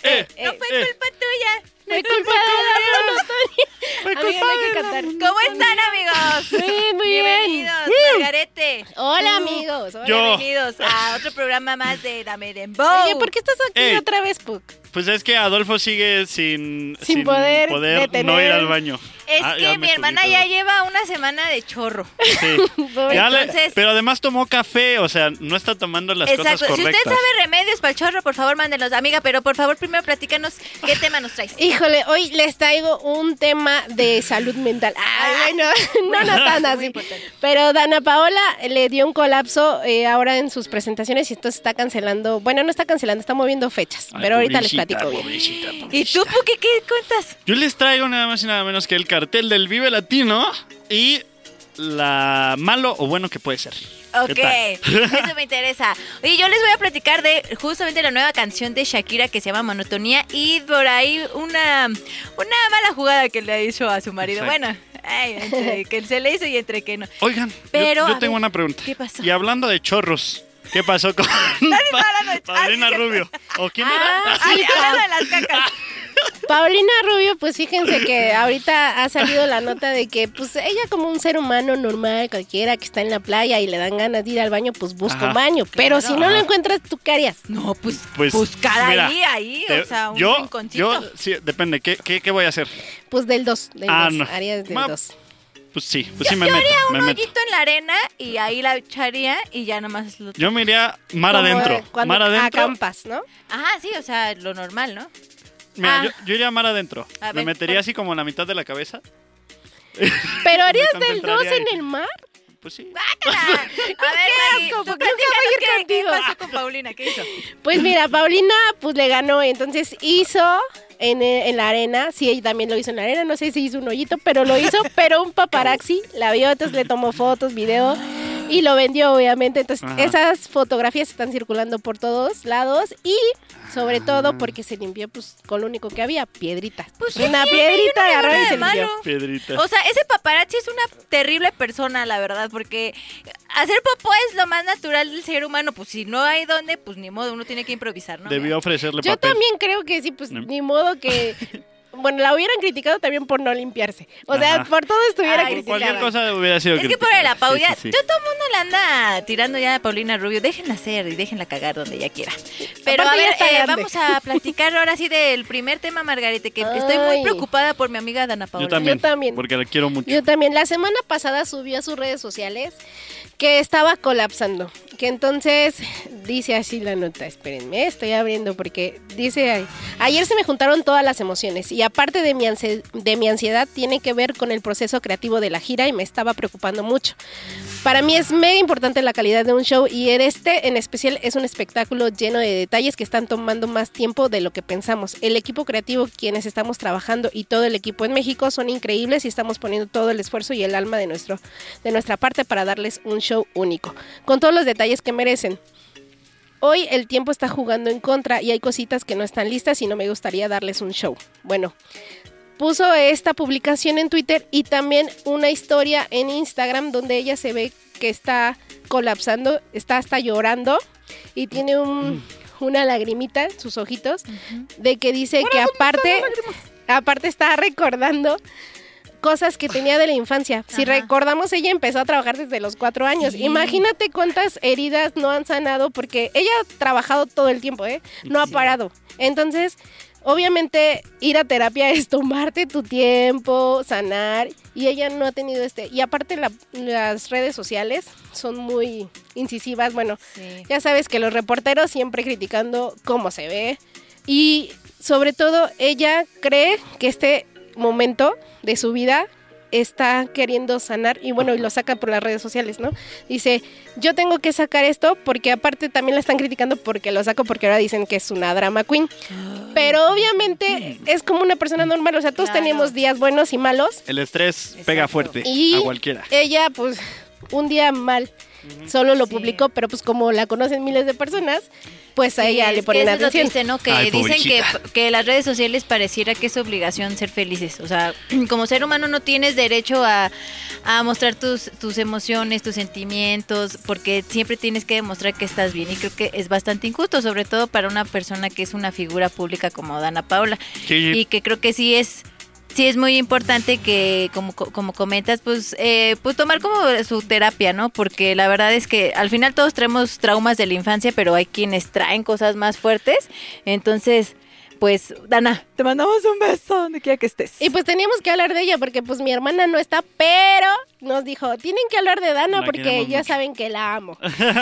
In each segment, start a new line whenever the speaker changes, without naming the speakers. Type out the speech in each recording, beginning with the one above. fue culpa tuya.
Fue culpa de la
Fue
Amiga,
culpa
no hay que
de la-
cantar.
¿Cómo están, amigos?
Muy bien, muy bien.
Bienvenidos, Margarete.
Hola, amigos. Hola.
Yo.
Bienvenidos a otro programa más de Dame Dembow.
Oye, ¿por qué estás aquí
Ey.
otra vez, Puck?
Pues es que Adolfo sigue sin,
Sin poder
no
detener.
ir al baño.
Es
Ah, ya
que mi
me
hermana
subí,
ya lleva una semana de chorro.
perdón. Sí. Ya le-
Entonces-
pero además tomó café, o sea, no está tomando las
Exacto.
cosas
Si
correctas.
usted sabe remedios para el chorro, por favor, mándenos. Amiga, pero por favor, primero platícanos qué tema nos traes.
Híjole, hoy les traigo un tema de salud mental. Ay, bueno, no, no tan
Muy
así.
importante.
Pero Dana Paola eh, le dio un colapso eh, ahora en sus presentaciones y esto se está cancelando. Bueno, no está cancelando, está moviendo fechas.
Ay,
pero ahorita les
pobrecita,
platico bien.
pobrecita,
¿Y
pobrecita.
tú, Puki, qué cuentas?
Yo les traigo nada más y nada menos que el cartel del Vive Latino y la malo o bueno que puede ser. ¿Qué
Ok,
tal?
eso me interesa. Oye, yo les voy a platicar de justamente la nueva canción de Shakira que se llama Monotonía y por ahí una, una mala jugada que le hizo a su marido.
Exacto.
Bueno, ay, entre que se le hizo y entre que no.
Oigan, yo-
Pero,
yo,
a
tengo
ver,
una pregunta.
¿qué pasó?
Y hablando de chorros, ¿qué pasó con
hablando de-
Paulina
ah, sí,
Rubio? ¿O quién era?
Ah,
Ay,
sí,
hablando de las cacas.
Paulina Rubio, pues fíjense que ahorita ha salido la nota de que, pues ella como un ser humano normal, cualquiera que está en la playa y le dan ganas de ir al baño, pues busca
Ajá.
un baño. Pero si no lo
Ajá.
encuentras, ¿tú qué harías?
No, pues,
Pues,
buscar
mira,
ahí, ahí,
Te-
o sea, un
yo,
rinconcito.
yo, sí, depende, ¿qué, qué, qué voy a hacer?
Pues del 2, del
Ah,
dos,
no.
harías del
Ma-
2.
Pues sí, pues sí me meto, me
un
meto.
hoyito en la arena y ahí la echaría y ya nomás lo...
Yo me iría mar
eh,
adentro,
eh, Cuando
mar adentro.
acampas, ¿no?
Ajá, sí, o sea, lo normal, ¿no?
Mira,
Ah.
yo, yo iría mar adentro.
A
me
ver,
metería
¿cuál?
así como en la mitad de la cabeza.
Pero harías
Me
del 2
concentraría
en
ahí.
el mar.
Pues sí.
¡Guácala! A ver, Mari,
asco,
tú
¿por qué nunca voy a ir
platícanos qué-
contigo?
¿Qué pasó con Paulina? ¿Qué hizo?
Pues mira, Paulina pues le ganó, entonces hizo en, eh, en la arena, sí, ella también lo hizo en la arena, no sé si hizo un hoyito, pero lo hizo, pero un paparazzi la vio, entonces le tomó fotos, video y lo vendió obviamente, entonces
Ajá.
esas fotografías están circulando por todos lados y sobre
Ah.
todo porque se limpió pues con lo único que había, piedritas.
Pues,
una
¿qué tiene?
piedrita
Yo no
agarró
veo
y
nada
se
Ah, de Oh, malo.
limpió.
Piedrita.
O sea, ese paparazzi es una terrible persona, la verdad, porque hacer popó es lo más natural del ser humano. Pues si no hay dónde, pues ni modo, uno tiene que improvisar, ¿no?
Debió ofrecerle
Yo
papel.
también creo que sí, pues
No.
ni modo que... Bueno, la hubieran criticado también por no limpiarse. O sea,
Ajá.
por todo estuviera
Ay, sí,
criticada.
Cualquier cosa hubiera sido
Es que por la
criticada. Sí,
paudia,
sí, sí.
yo todo el mundo le anda tirando ya a Paulina Rubio, déjenla hacer y déjenla cagar donde ella quiera. Pero a
Aparte, ya
ver,
está
eh,
grande.
vamos a platicar ahora sí del primer tema, Margarete, que estoy
Ay.
muy preocupada por mi amiga Dana Paola.
Yo también,
Yo también.
Porque la quiero mucho.
Yo también. La semana pasada subió a sus redes sociales que estaba colapsando. Que entonces dice así la nota. Espérenme, estoy abriendo porque dice ahí, ayer se me juntaron todas las emociones y aparte de mi, ansi- de mi ansiedad tiene que ver con el proceso creativo de la gira y me estaba preocupando mucho. Para mí es mega importante la calidad de un show y en este en especial es un espectáculo lleno de detalles que están tomando más tiempo de lo que pensamos. El equipo creativo, quienes estamos trabajando y todo el equipo en México son increíbles y estamos poniendo todo el esfuerzo y el alma de, nuestro, de nuestra parte para darles un show único, con todos los detalles que merecen. Hoy el tiempo está jugando en contra y hay cositas que no están listas y no me gustaría darles un show. Bueno, puso esta publicación en Twitter y también una historia en Instagram donde ella se ve que está colapsando, está hasta llorando y tiene un- una lagrimita en sus ojitos de que dice que
pues,
aparte, aparte está recordando cosas que tenía de la infancia. Si
Ajá.
recordamos, ella empezó a trabajar desde los cuatro años.
Sí.
Imagínate cuántas heridas no han sanado porque ella ha trabajado todo el tiempo, ¿eh? No ha
Sí.
parado. Entonces, obviamente, ir a terapia es tomarte tu tiempo, sanar. Y ella no ha tenido este. Y aparte, la- las redes sociales son muy incisivas. Bueno,
Sí.
ya sabes que los reporteros siempre criticando cómo se ve. Y sobre todo, ella cree que este momento de su vida está queriendo sanar y bueno, y lo saca por las redes sociales, ¿no? Dice, yo tengo que sacar esto porque aparte también la están criticando porque lo saco porque ahora dicen que es una drama queen. Pero obviamente es como una persona normal, o sea, todos
Ah. Claro.
tenemos días buenos y malos
El estrés pega
Exacto.
fuerte
Y-
a cualquiera.
ella, pues, un día mal. Solo lo publicó, pero pues como la conocen miles de personas, pues a ella
es
le
que
ponen
eso es lo
atención.
triste, ¿no? Que
Ay,
dicen que,
pobrecita.
que las redes sociales pareciera que es obligación ser felices. O sea, como ser humano no tienes derecho a, a mostrar tus, tus emociones, tus sentimientos, porque siempre tienes que demostrar que estás bien. Y creo que es bastante injusto, sobre todo para una persona que es una figura pública como Dana Paula.
Sí,
y que creo que sí es sí es muy importante que como co- como comentas pues eh, pues tomar como su terapia no porque la verdad es que al final todos traemos traumas de la infancia pero hay quienes traen cosas más fuertes entonces pues Dana te mandamos un beso donde quiera que estés
Y pues teníamos que hablar de ella porque pues mi hermana no está, pero nos dijo, tienen que hablar de Dana
La
porque
queremos
ya
mucho.
saben que la amo.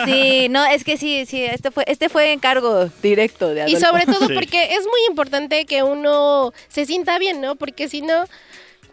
sí no es que sí sí este fue este fue encargo directo de
Y
Adolfo.
sobre todo
Sí.
porque es muy importante que uno se sienta bien, ¿no? Porque si no,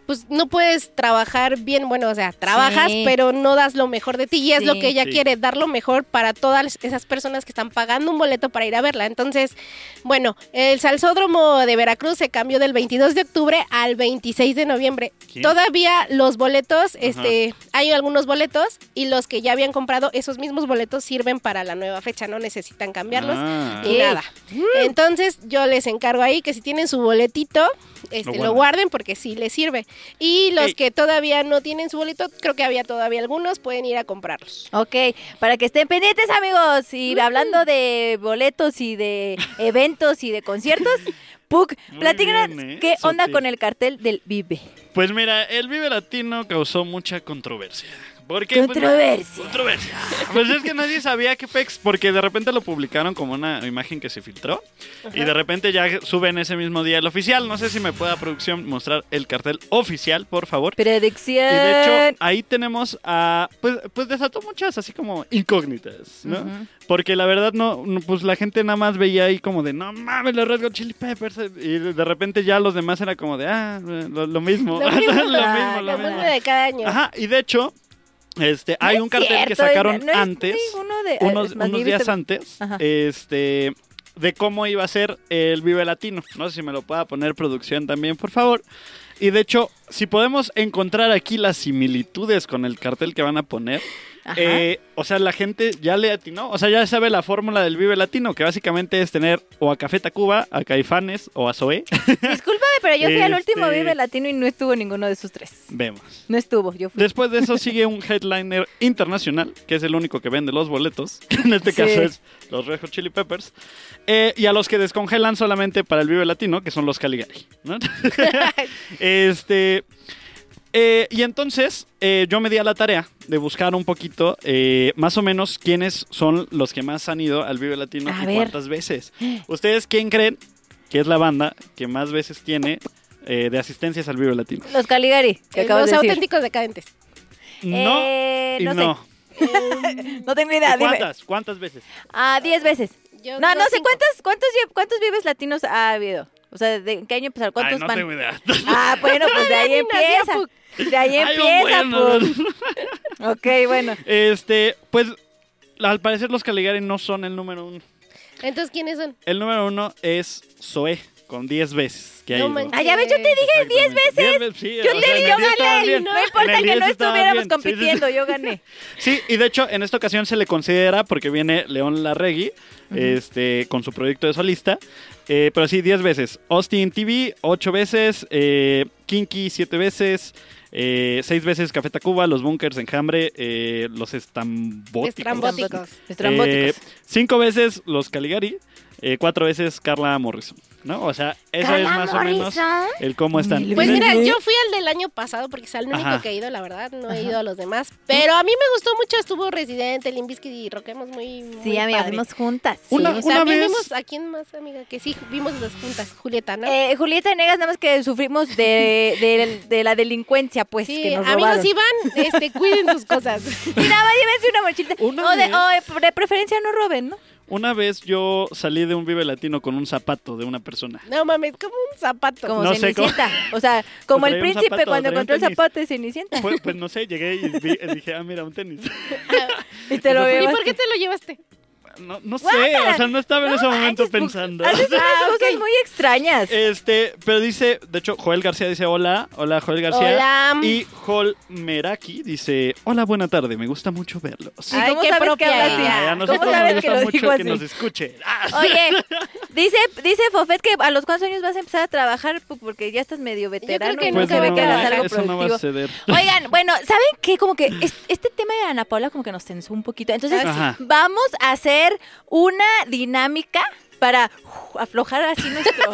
pues no puedes trabajar bien. Bueno, o sea, trabajas,
Sí.
pero no das lo mejor de ti. Y es lo
Sí.
que ella
Sí.
quiere, dar lo mejor para todas esas personas que están pagando un boleto para ir a verla. Entonces, bueno, el Salsódromo de Veracruz se cambió del 22 de octubre al 26 de noviembre.
¿Qué?
Todavía los boletos, este, hay algunos boletos y los que ya habían comprado, esos mismos boletos sirven para la nueva fecha, no necesitan cambiarlos
Ah.
Eh.
y nada.
Mm.
Entonces yo les encargo ahí que si tienen su boletito, este, lo,
guardan.
guarden porque sí les sirve. Y los
Ey.
que todavía no tienen su boleto, creo que había todavía algunos, pueden ir a comprarlos.
Ok, para que estén pendientes amigos y hablando de boletos y de eventos y de conciertos, Puck,
Muy
platícanos
bien, ¿eh?
qué onda
Sutil.
con el cartel del Vive.
Pues mira, el Vive Latino causó mucha controversia. ¿Por qué? Pues,
Controversia.
Controversia. Pues es que nadie sabía qué pex, porque de repente lo publicaron como una imagen que se filtró y de repente ya suben ese mismo día el oficial. No sé si me pueda producción mostrar el cartel oficial, por favor.
Predicción.
Y de hecho, ahí tenemos a. Pues, pues desató muchas así como incógnitas, ¿no?
Ujú.
Porque la verdad, no, no, Pues la gente nada más veía ahí como de, no mames, los Red Hot Chili Peppers. Y de repente ya los demás era como de, ah, lo, lo mismo.
Lo mismo,
lo
ah,
mismo, lo
Lo
mismo.
mismo de cada año.
Ajá, y de hecho, este, hay
No
un
es
cartel que
cierto,
sacaron
no es-
antes,
sí, uno de-
unos,
Eh, es más,
unos
Vive
días
está-
antes,
Ajá.
este, de cómo iba a ser el Vive Latino. No sé si me lo pueda poner producción también, por favor. Y de hecho, si podemos encontrar aquí las similitudes con el cartel que van a poner,
Ajá.
eh, o sea, la gente ya le atinó, o sea, ya sabe la fórmula del Vive Latino, que básicamente es tener o a Café Tacuba, a Caifanes o a Zoé.
Discúlpame, pero yo fui al último
este-
Vive Latino y no estuvo ninguno de sus tres.
Vemos.
No estuvo, yo fui.
Después de eso sigue un headliner internacional, que es el único que vende los boletos, que en este
Sí.
caso es los Red Hot Chili Peppers, eh, y a los que descongelan solamente para el Vive Latino, que son los Caligari. ¿no? este, eh, y entonces eh, yo me di a la tarea de buscar un poquito eh, más o menos quiénes son los que más han ido al Vive Latino
A
y
ver.
cuántas veces. ¿Ustedes quién creen que es la banda que más veces tiene eh, de asistencias al Vive Latino?
Los Caligari, que
Eh,
acabas
los
de decir.
auténticos decadentes.
No.
Eh,
y
no,
no.
sé. No tengo idea, dime.
¿Cuántas? ¿Cuántas veces?
Ah, diez veces.
Yo
No,
digo
no sé
cinco.
cuántos, cuántos, lle- cuántos vives latinos ha habido. O sea, ¿de en qué año empezaron? ¿Cuántos
Ay, no
van?
tengo idea.
Ah, bueno, pues de ahí
Todavía ni nació,
empieza. De ahí
Ay, un
empieza,
bueno.
pues. Ok, bueno.
Este, pues, al parecer los Caligari no son el número uno.
Entonces, ¿quiénes son?
El número uno es Zoé, con 10 veces que ha
No
ido.
manches.
Ah, ya ves, yo te dije 10 veces.
Diez veces. sí,
Yo
o
te
sea,
di,
en el
yo
diez estaban
gané.
bien.
No
En
importa
el
que
diez
no
estaban
estuviéramos
bien. Sí, sí, sí.
compitiendo, yo gané.
Sí, y de hecho en esta ocasión se le considera, porque viene León Larregui este, con su proyecto de solista, eh, pero sí, 10 veces. Austin TV, 8 veces, eh, Kinky, 7 veces, 6 veces Café Tacuba, Los Bunkers, Enjambre, eh, Los Estambóticos.
Estrambóticos.
Estrambóticos.
5 veces Los Caligari, 4 veces Carla Morrison, ¿no? O sea, eso es más o menos el cómo están.
Ni
Pues
Yo
mira,
no.
yo fui al del año pasado porque es el único
Ajá.
que he ido, la verdad, no he ido a los demás. Pero a mí me gustó mucho, estuvo Residente, Limbisky y Roquemos muy, muy
Sí, amiga,
padre.
fuimos juntas.
Sí,
Una-
o sea,
una
a mí
vez-
vimos a quién más, amiga, que sí, vimos las juntas, Julieta, ¿no?
Eh, Julieta y Negas, nada más que sufrimos de, de- de la delincuencia, pues,
sí,
que nos
amigos
robaron.
iban, este, cuiden sus cosas.
Y nada más llévense una mochilita.
Una
o, de,
vez-
o de- de preferencia no roben, ¿no?
Una vez yo salí de un Vive Latino con un zapato de una persona.
No mames, como un zapato.
Como
No sé cómo-
Cenicienta. O sea, como el
Traía un
príncipe
zapato,
cuando
traía un
encontró el
tenis.
zapato de Cenicienta.
Pues, pues no sé, llegué y vi- dije, ah, mira, un tenis.
Y te lo
Eso fue-
¿Y
llevaste.
por qué te lo llevaste?
No, no sé, o sea, no estaba en ese momento
manches, pues,
pensando.
Haces unas
Ah,
cosas
ok.
muy extrañas.
Este, pero dice, de hecho, Joel García dice hola, hola Joel García.
Hola.
Y Joel Meraki dice, hola, buena tarde, me gusta mucho verlos.
¿Y
Ay,
cómo
qué
sabes que
propia
habla
ella.
así?
Ay, a
¿Cómo
nosotros
sabes
nos
que
gusta
lo
mucho
digo
que
así?
nos escuchen. Ah,
Oye, dice, dice Fofet que a los cuántos años vas a empezar a trabajar P- porque ya estás medio veterano.
que
y
nunca
se
va a
ve que hagas
acabar.
algo
eso pues no va a
productivo.
ceder.
Oigan, bueno, ¿saben qué? Como que es- este tema de Ana Paula como que nos tensó un poquito. Entonces,
Ah, sí.
vamos a hacer una dinámica para uf, aflojar así nuestro...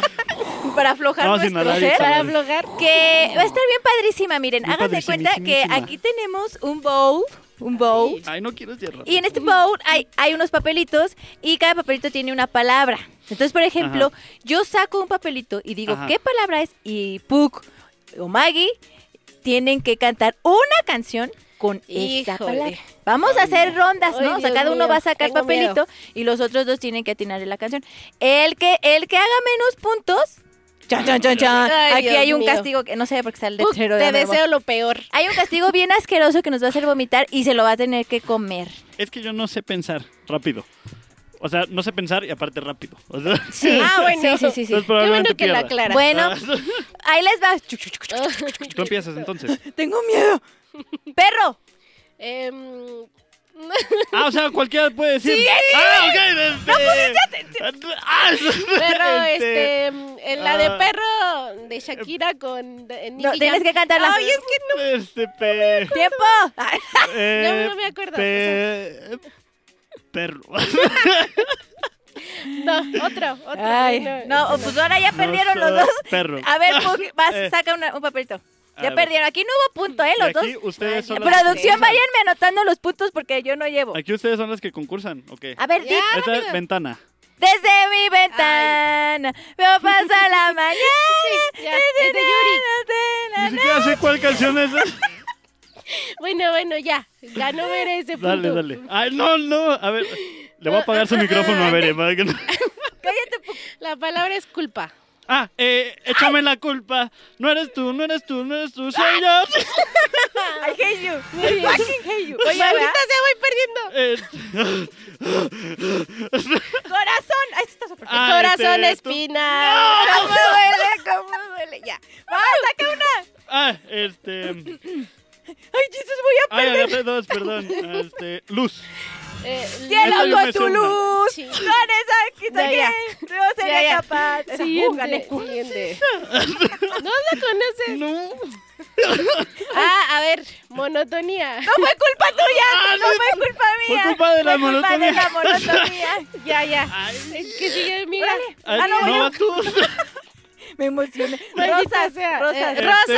para aflojar
Vamos a
nuestro
inhalar y
ser.
exhalar.
Para blogar.
Que va a estar bien padrísima, miren.
Bien
Hagan de cuenta que
padricimísimísima.
aquí tenemos un bowl, un bowl.
Ay, no quiero cerrar.
Y en este bowl hay, hay unos papelitos y cada papelito tiene una palabra. Entonces, por ejemplo,
Ajá.
yo saco un papelito y digo
Ajá.
qué palabra es y Puck o Maggie tienen que cantar una canción con esa
Híjole.
palabra. Vamos a hacer rondas,
Ay,
¿no? o sea,
Dios
cada uno
mío,
va a sacar
tengo
papelito
miedo.
y los otros dos tienen que atinarle la canción. El que el que haga menos puntos chan, chan, chan, chan.
Ay,
Aquí
Dios
hay un
mío.
castigo que no sé por qué sale el
Puc,
letrero de
te
Ana Bárbara.
deseo lo peor.
Hay un castigo bien asqueroso que nos va a hacer vomitar y se lo va a tener que comer.
Es que yo no sé pensar rápido. O sea, no sé pensar y aparte rápido. O sea,
Sí.
Ah, bueno.
Sí, sí, sí, sí.
entonces
Qué bueno
probablemente
que la
pierda.
aclara.
Bueno,
Ah,
ahí les va.
Tú empiezas entonces.
Tengo miedo. Perro.
Em,
Ah, o sea, cualquiera puede decir. Ah, ok. este- Ah,
perro, este, em, en la de
Ah.
perro de Shakira con de- Nicky
No,
Jam.
tienes que cantarla.
Ay, es que
Este pe.
Tiempo. Ay,
eh,
no me acuerdo,
pe- Perro.
no, otro, otro. este,
Ay, no,
ese
pues ahora ya perdieron
No
los dos.
soy Perro.
A ver, Pug, vas,
Eh.
saca una- un papelito.
A
Ya
ver.
perdieron. Aquí no hubo punto, ¿eh? Los
Y aquí
dos.
Ustedes son las que
Producción,
concursan.
váyanme anotando los puntos porque yo no llevo.
Aquí ustedes son las que concursan. Ok.
A ver,
Ya.
di-
Esta
rápido.
ventana.
desde mi ventana veo pasar la mañana.
Sí, ya, es de Yuri.
Ni siquiera sé cuál canción es.
Bueno, bueno, ya. Ganó ver ese punto.
Dale, dale. Ay, no, no. A ver. Le voy a apagar su micrófono a ver. para que no-
Cállate, Pug.
La palabra es culpa.
Ah, eh, échame la culpa. No eres tú, no eres tú, no eres tú, soy yo.
I hate you.
Muy bien.
I fucking hate you. Oye,
Maldita
¿verdad?
sea, voy perdiendo.
Eh,
Corazón. Ay, esto está súper.
ah,
Corazón,
este, tú-
espina.
¿Cómo duele? ¿Cómo duele? Ya. Vamos, saca una.
Ah, este.
Ay, Jesús, voy a
Ay,
perder.
agarré dos, perdón. Este, luz.
Eh,
Esta yo
Cielo
me
con
sé
tu
una.
luz.
Sí.
Con esa que
Ya, ya.
saqué. No sería
ya.
capaz.
Siguiente,
Uh, gané.
siguiente. ¿No la conoces?
No.
Ah, a ver, monotonía.
No fue culpa tuya.
Ah,
no
no,
fue culpa mía.
culpa de la
Fue culpa de
monotonía.
la monotonía.
Ya, ya.
Ay,
¿Qué sigue? Mira.
Órale.
ay,
Ah, no, voy
no,
yo.
vas tú.
Me emocioné.
Maldita
Rosas,
sea.
rosas.
Eh,
Ro-
rosas,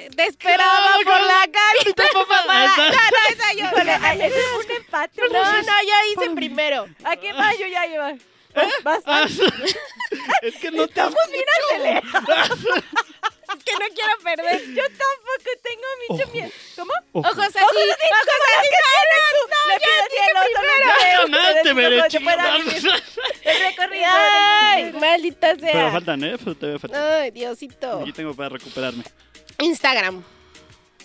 Este,
eh, te esperaba
no,
por
no.
la calle. Ah,
Te papá.
No,
Esta.
no, esa yo.
Híjole, ay, ese es un empate.
No, no, yo hice primero.
¿A qué más yo ya lleva? Vas, vas.
Ah, es que no te
Pues mira, acelera.
Es que no quiero perder.
Yo tampoco tengo mucho miedo. ¿Cómo?
Ojos así.
¡Ojos así! ¡Ojos así! que tienes! Le pido cielo, solo un deseo, que
ganaste,
te deseo que
Merechín.
pueda vivir el recorrido.
Ay, maldita sea.
Pero faltan, ¿eh? Pero todavía faltan.
Ay, Diosito.
Yo tengo para recuperarme.
Instagram.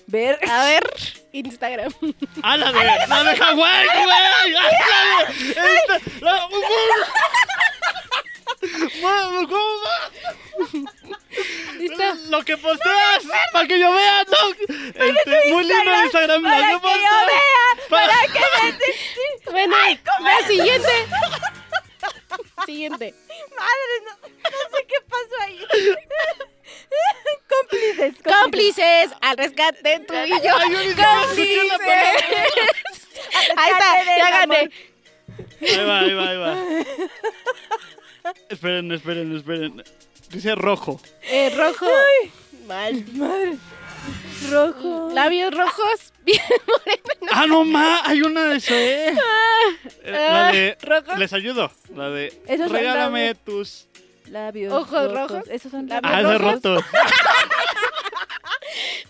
Ver.
A ver, Instagram.
¡Ah, la de, la de Hawái, güey! ¡Ah, la de- esta- la- uh, uh. Bueno, ¿cómo va?
¿Listo?
Lo que posteas, para que yo vea, ¿no? Este, muy lindo en Instagram, lo
para que yo
posteas.
vea,
Pa-
para que me sí,
Bueno, la siguiente. Siguiente.
Madre, no, no sé qué pasó ahí. Cómplices.
Cómplices al rescate tú y yo.
Ay, yo ni siquiera escuché la palabra.
Ahí está, ya gané.
Ahí va, ahí va, ahí va. Esperen, esperen, esperen. Dice rojo.
Eh, rojo. Mal.
Madre. Rojo.
Labios rojos. Bien moreno.
¡Ah, no, ma! Hay una de Zoé. Eh, La de...
¿rojo?
Les ayudo. La de...
Esos son
Regálame
labios.
tus...
Labios.
Ojos rojos.
Esos son
Labios
Ah,
labios.
ese
rojos.
roto.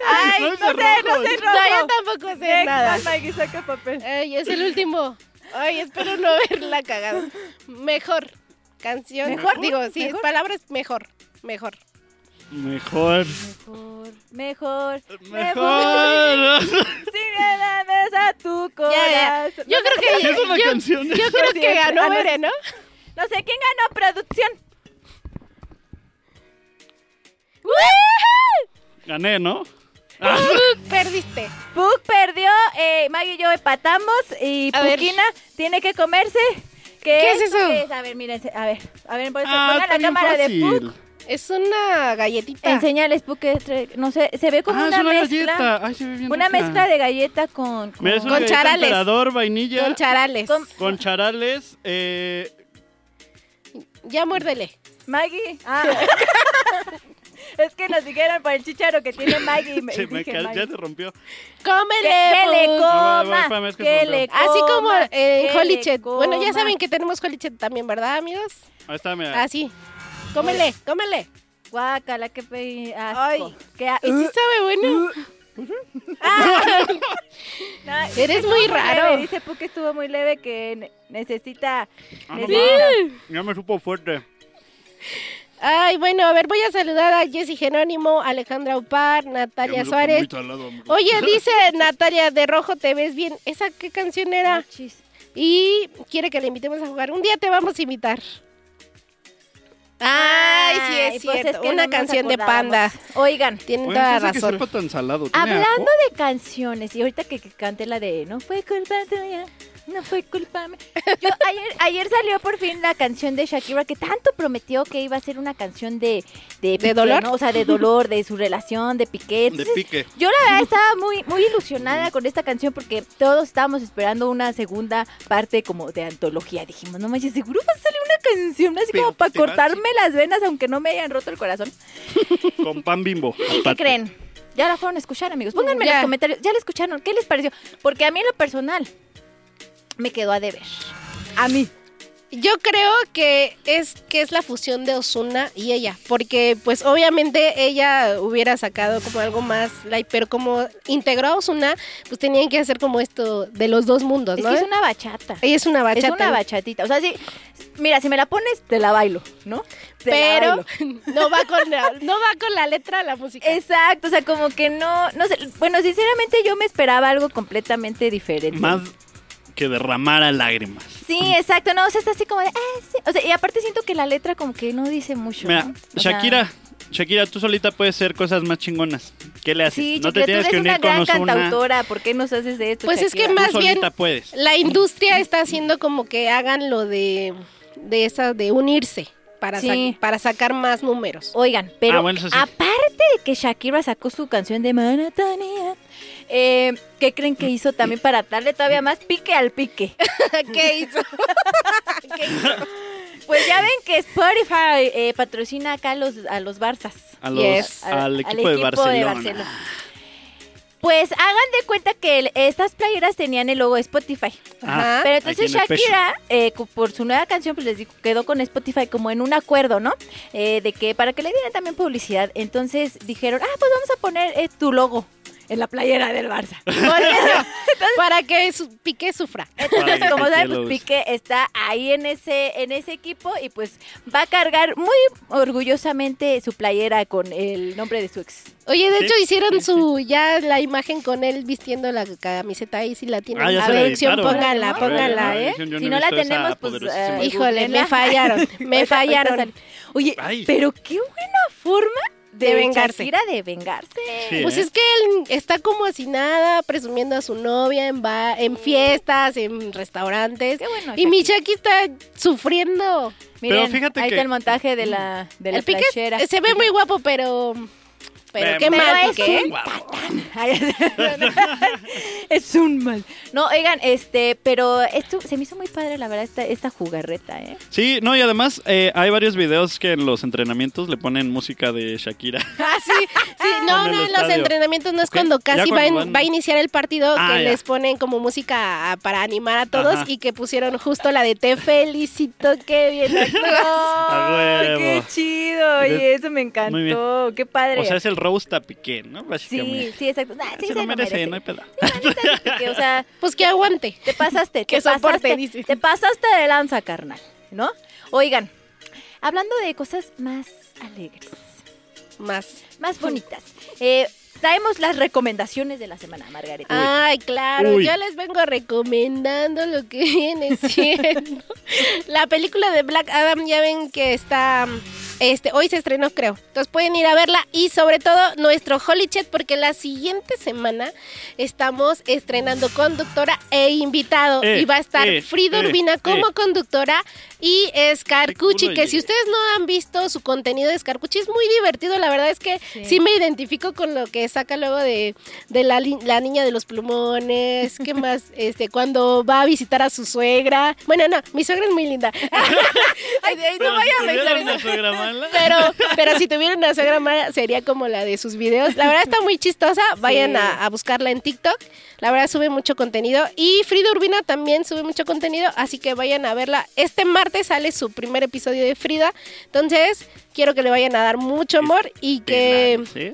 Ay,
No,
no,
ese
sé,
rojo.
no sé, rojo.
No, yo tampoco sé
Next,
nada.
Maggie, saca papel.
Ay, es el último. Ay, espero no haberla cagado. Mejor canción.
¿Mejor?
Digo, sí,
¿Mejor?
palabras mejor. Mejor.
Mejor.
Mejor, mejor,
Mejor.
Sigue la mesa tu
ya.
corazón.
Yo creo que.
¿Qué es una
yo,
canción?
yo creo que
Siempre.
ganó
Ah, no.
Bere, ¿no?
No sé quién ganó producción.
Gané, ¿no?
Perdiste.
Puck perdió, eh, Maggie y yo empatamos y
A ver.
Puquina tiene que comerse. ¿Qué,
¿Qué es eso?
A ver, mírense, a ver, a ver, por eso
Ah,
pongan
está
la
bien
cámara de Puck.
fácil.
Es una galletita.
Enseñales Puck, que tra- no sé, se ve como
Ah,
una,
es una
mezcla,
galleta. Ay, se ve bien
una
rica.
mezcla de galleta con, con-
Mira, es una
Con
galleta
charales.
emperador, vainilla.
Con
Con,
charales.
con-
charales. Eh,
Ya muérdele.
Maggie. Ah. es que nos dijeron por el chicharo que tiene Maggie. y me-
se me
dije,
ca-
Maggie.
ya se rompió.
Que,
¡Cómele!
que le
Puck.
No,
coma,
no, espérame, es que
que
se me
le coma,
Así como eh, en
que
Holy
le
Chet. Bueno, ya
coma.
saben que tenemos Holy Chet también, ¿verdad, amigos?
Ahí está, mira.
Así. Cómele, cómele.
Guácala, qué pe- asco. ah,
Ay.
Qué a-
Y sí sabe bueno. Ah. Uh.
Ay,
Eres
estuvo
muy raro.
leve, Dice Puck que estuvo muy leve que ne- necesita.
Ah, no
necesita-
Ya me supo fuerte.
Ay, bueno, a ver, voy a saludar a Jessy Genónimo, Alejandra Upar,
Ya me
Natalia
supo
Suárez.
muy salado, amigo.
Oye, dice Natalia de Rojo, te ves bien. ¿Esa qué canción
Ah,
era?
chis.
Y quiere que la invitemos a jugar. Un día te vamos a invitar. Ay, sí es
Ay, pues
cierto.
que
Una
no nos
canción de
acordábamos.
panda.
Oigan,
Tienen
Oigan,
toda
¿qué
la
hace que
razón.
sepa tan salado? ¿Tiene ajo?
hablando de canciones, y ahorita que, que cante la de No fue culpa tuya, no fue culpa mía. Yo, ayer, ayer salió por fin la canción de Shakira que tanto prometió que iba a ser una canción de. ¿De, Piqué,
dolor?
¿no? O sea, de dolor, de su relación, de Piqué.
De
Entonces,
pique.
Yo la verdad estaba muy, muy ilusionada con esta canción porque todos estábamos esperando una segunda parte como de antología. Dijimos, no manches, seguro va a salir una canción así
Pero
como para
te va,
cortarme las venas aunque no me hayan roto el corazón.
Con pan bimbo.
¿Qué creen? Ya la fueron a escuchar, amigos. Pónganme en
Ya.
los comentarios. ¿Ya la escucharon? ¿Qué les pareció? Porque a mí en lo personal me quedó a deber. A mí.
Yo creo que es que es la fusión de Osuna y ella, porque pues obviamente ella hubiera sacado como algo más light, pero como integró a Osuna, pues tenían que hacer como esto de los dos mundos,
Es
¿no?
que es una bachata.
Ella es una bachata.
Es una bachatita. O sea, sí. Mira, si me la pones, te la bailo, ¿no? Te la
pero
bailo.
no va con la, no va con la letra la música.
Exacto, o sea, como que no, no sé, bueno, sinceramente yo me esperaba algo completamente diferente.
Más que derramara lágrimas.
Sí, exacto, no, o sea, está así como de, "Ah, sí". o sea, y aparte siento que la letra como que no dice mucho.
Mira,
¿no? pues O sea,
Shakira, Shakira, tú solita puedes hacer cosas más chingonas. ¿Qué le haces?
sí,
no te
Shakira,
tienes
tú
que
eres
unir
una gran
con Ozuna. Tú
cantautora, ¿por qué nos haces de esto?
Pues es que
Shakira?
más bien-
solita puedes.
La industria está haciendo como que hagan lo de de esa de unirse para sa-
Sí.
para sacar más números.
Oigan, pero
Ah, bueno, eso sí.
aparte de que Shakira sacó su canción de Manatania, eh, ¿qué creen que hizo también para darle todavía más pique al pique?
¿Qué hizo?
Pues ya ven que Spotify eh, patrocina acá a los, a los Barzas.
A los-
Yes.
al, equipo, de, Barcelona.
Pues hagan de cuenta que el- estas playeras tenían el logo de Spotify.
Ah,
Ajá.
Pero
aquí
entonces
en el pecho.
Shakira, eh, cu- por su nueva canción, pues les digo, quedó con Spotify como en un acuerdo, ¿no? Eh, de que para que le dieran también publicidad. Entonces dijeron, ah, pues vamos a poner eh, tu logo en la playera del Barça.
Por eso, para que su- Piqué sufra.
Entonces,
Ay,
como
qué
saben, pues
luz.
Piqué está ahí en ese, en ese equipo y pues va a cargar muy orgullosamente su playera con el nombre de su ex.
Oye, de
Sí,
hecho hicieron
sí,
su ya la imagen con él vistiendo la camiseta ahí si la tienen.
Ah, ya
A
se la
producción,
editaron.
póngala,
Ah,
póngala,
ya,
¿eh?
ya, Yo no
si
he
no la
visto esa
tenemos, pues...
poderosa.
eh,
Híjole, me
googleenla.
fallaron, me
Ahorita- ahorita
fallaron.
sale. Oye,
Ay.
pero qué buena forma de,
De vengarse.
Shakira de vengarse.
Sí,
Pues
¿eh?
es que él está como así nada, presumiendo a su novia en ba- en fiestas, en restaurantes.
Qué bueno.
Y mi Shaki está sufriendo.
Miren,
Pero fíjate
ahí
que-
está el montaje de la de la
El Piqué
flashera.
se ve muy guapo, pero pero
Pero
qué
Pero
mal ¿eh?
es
Piqué.
un Ay, es un mal. No, oigan, este, pero esto se me hizo muy padre, la verdad, esta, esta jugarreta, ¿eh?
Sí, no, y además eh, hay varios videos que en los entrenamientos le ponen música de Shakira.
Ah, sí, sí, no, no,
En el
en los
estadio.
entrenamientos no es
¿Qué?
cuando
Ya
casi va,
cuando
en-
van-
va a iniciar el partido
Ah,
que
ya.
les ponen como música ah, para animar a todos
Ajá.
y que pusieron justo la de te felicito, qué bien actúas.
¡Ay, ¡Qué
huevo.
chido! Oye, eso me encantó. ¡Qué padre!
O sea, es el roast a Piqué, ¿no?
sí,
Básicamente.
sí, exacto. Ah,
Se
sí, se
lo
lo
merece,
merece.
no hay pedo.
Porque, o sea,
Pues que aguante.
te pasaste, te
Que soporte,
pasaste,
dice.
te pasaste de lanza, carnal, ¿no? Oigan, hablando de cosas más alegres.
más.
más bonitas. Eh, traemos las recomendaciones de la semana, Margarita.
Ah,
Ay, claro,
Uy.
yo les vengo recomendando lo que viene siendo la película de Black Adam. Ya ven que está, este, hoy se estrenó, creo. Entonces pueden ir a verla y sobre todo nuestro Holy Chat porque la siguiente semana estamos estrenando conductora e invitado
Eh,
y va a estar
eh,
Frida
eh,
Urbina como
eh.
conductora y Scarcucci,
Qué culo,
que si
oye.
ustedes no han visto su contenido de Scarcucci es muy divertido. La verdad es que
Sí.
sí me identifico con lo que saca luego de, de la, li- la niña de los plumones, ¿qué más? Este, cuando va a visitar a su suegra. Bueno, no, mi suegra es muy linda.
Ay, ay,
Pero
no vaya a
si
pensar
tuvieras
eso.
una suegra mala,
Pero, pero si tuviera una suegra mala, sería como la de sus videos. La verdad está muy chistosa. Vayan a, a buscarla en TikTok. La verdad sube mucho contenido. Y Frida Urbina también sube mucho contenido. Así que vayan a verla. Este martes sale su primer episodio de Frida. Entonces, quiero que le vayan a dar mucho amor y que,
pues,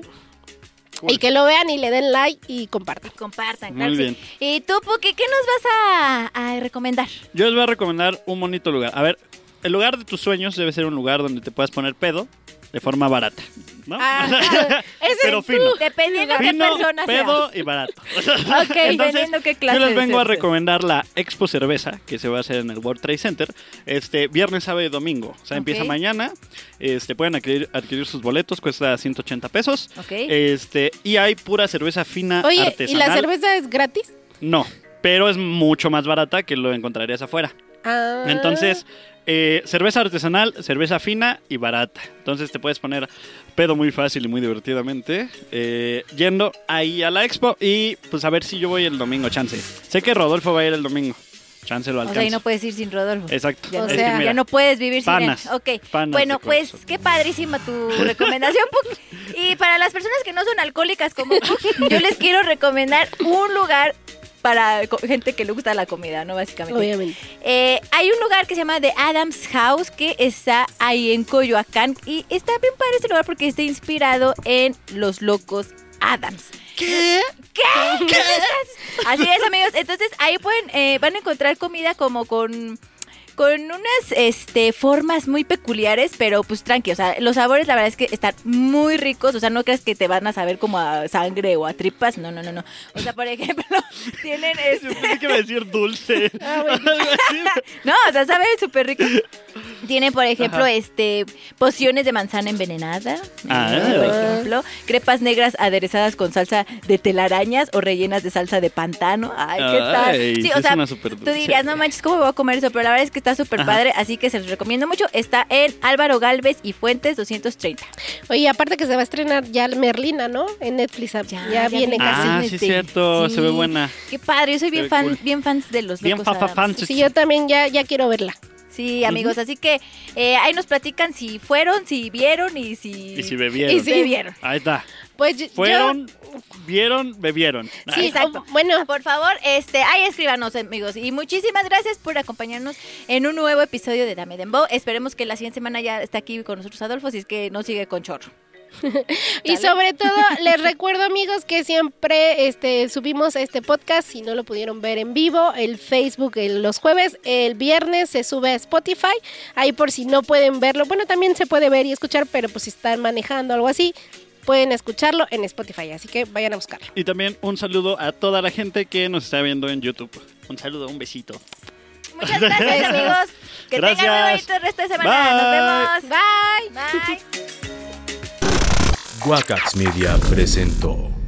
¿Sí?
y que lo vean y le den like y compartan.
Compartan,
Muy
claro. que
bien.
sí. ¿Y tú, Puki, qué nos vas a, a recomendar?
Yo les voy a recomendar un bonito lugar. A ver, el lugar de tus sueños debe ser un lugar donde te puedas poner pedo de forma barata. ¿no?
Ah, ese
Pero
es
fino.
Dependiendo de qué
Fino,
persona
pedo
seas.
y barato.
Ok, dependiendo qué clase
Yo les
de
vengo a
cerveza.
recomendar la Expo Cerveza que se va a hacer en el World Trade Center este viernes, sábado y domingo. O sea,
Ok.
empieza mañana. Este, pueden adquirir, adquirir sus boletos, cuesta 180 pesos.
Ok.
Este, y hay pura cerveza fina
Oye,
artesanal.
¿y la cerveza es gratis?
No, pero es mucho más barata que lo encontrarías afuera.
Ah.
Entonces, eh, cerveza artesanal, cerveza fina y barata. Entonces te puedes poner pedo muy fácil y muy divertidamente eh, yendo ahí a la expo y pues a ver si yo voy el domingo, chance. Sé que Rodolfo va a ir el domingo, chance lo
o
alcanza.
sea, y no puedes ir sin Rodolfo.
Exacto.
Ya,
O
no-
Es que
sea,
mira,
ya no puedes vivir sin
panas,
él. Ok.
panas
bueno,
de
pues
corazón.
qué padrísima tu recomendación, Puki. Y para las personas que no son alcohólicas como Puki, yo les quiero recomendar un lugar para co- gente que le gusta la comida, ¿no? Básicamente.
Obviamente.
Eh, hay un lugar que se llama The Adams House que está ahí en Coyoacán y está bien padre este lugar porque está inspirado en Los Locos Adams. ¿Qué? ¿Qué? Así es, amigos. Entonces ahí pueden eh, van a encontrar comida como con con unas este, formas muy peculiares, pero pues tranqui, o sea, los sabores la verdad es que están muy ricos, o sea, no crees que te van a saber como a sangre o a tripas, no, no, no, no. O sea, por ejemplo, tienen este,
Yo pensé que iba a decir dulce.
Ah,
Algo así.
no, o sea, sabe súper rico. Tiene, por ejemplo, este pociones de manzana envenenada,
Ah.
eh, por ejemplo, crepas negras aderezadas con salsa de telarañas o rellenas de salsa de pantano. Ay, qué tal.
Ay,
Sí,
sí
o sea,
suena súper
tú
dulce.
dirías, no manches, ¿cómo voy a comer eso? Pero la verdad es que está súper padre, así que se los recomiendo mucho. Está en Álvaro Galvez y Fuentes 230.
Oye, aparte que se va a estrenar ya Merlina, ¿no? En Netflix. Ya, viene
Merlina.
casi.
Ah,
casi,
sí, es
este,
cierto,
sí.
se ve buena.
Qué padre, yo soy bien
Qué
fan,
cool.
bien fans de los
Bien
Locos
fafa
Adams.
fan.
Sí, yo también ya, ya quiero verla.
Sí, amigos, así que eh, ahí nos platican si fueron, si vieron y si...
Y si bebieron.
Y si-
Sí, vieron.
Ahí está.
Pues yo-
Fueron, vieron, bebieron. Ah,
yo- sí,
Ay,
Exacto.
o- bueno,
Por favor, este, ahí escríbanos, amigos. Y muchísimas gracias por acompañarnos en un nuevo episodio de Dame Dembow. Esperemos que la siguiente semana ya está aquí con nosotros Adolfo, si es que no sigue con chorro.
y sobre todo les recuerdo amigos que siempre este, subimos este podcast, si no lo pudieron ver en vivo, el Facebook el- los jueves, el viernes se sube a Spotify, ahí por si no pueden verlo, bueno también se puede ver y escuchar, pero pues si están manejando algo así, pueden escucharlo en Spotify, así que vayan a buscarlo.
Y también un saludo a toda la gente que nos está viendo en YouTube. Un saludo, un besito.
Muchas gracias, amigos. Que tengan muy
Gracias.
bonito el resto de semana. Nos vemos.
Bye.
Bye.
Guacax Media presentó.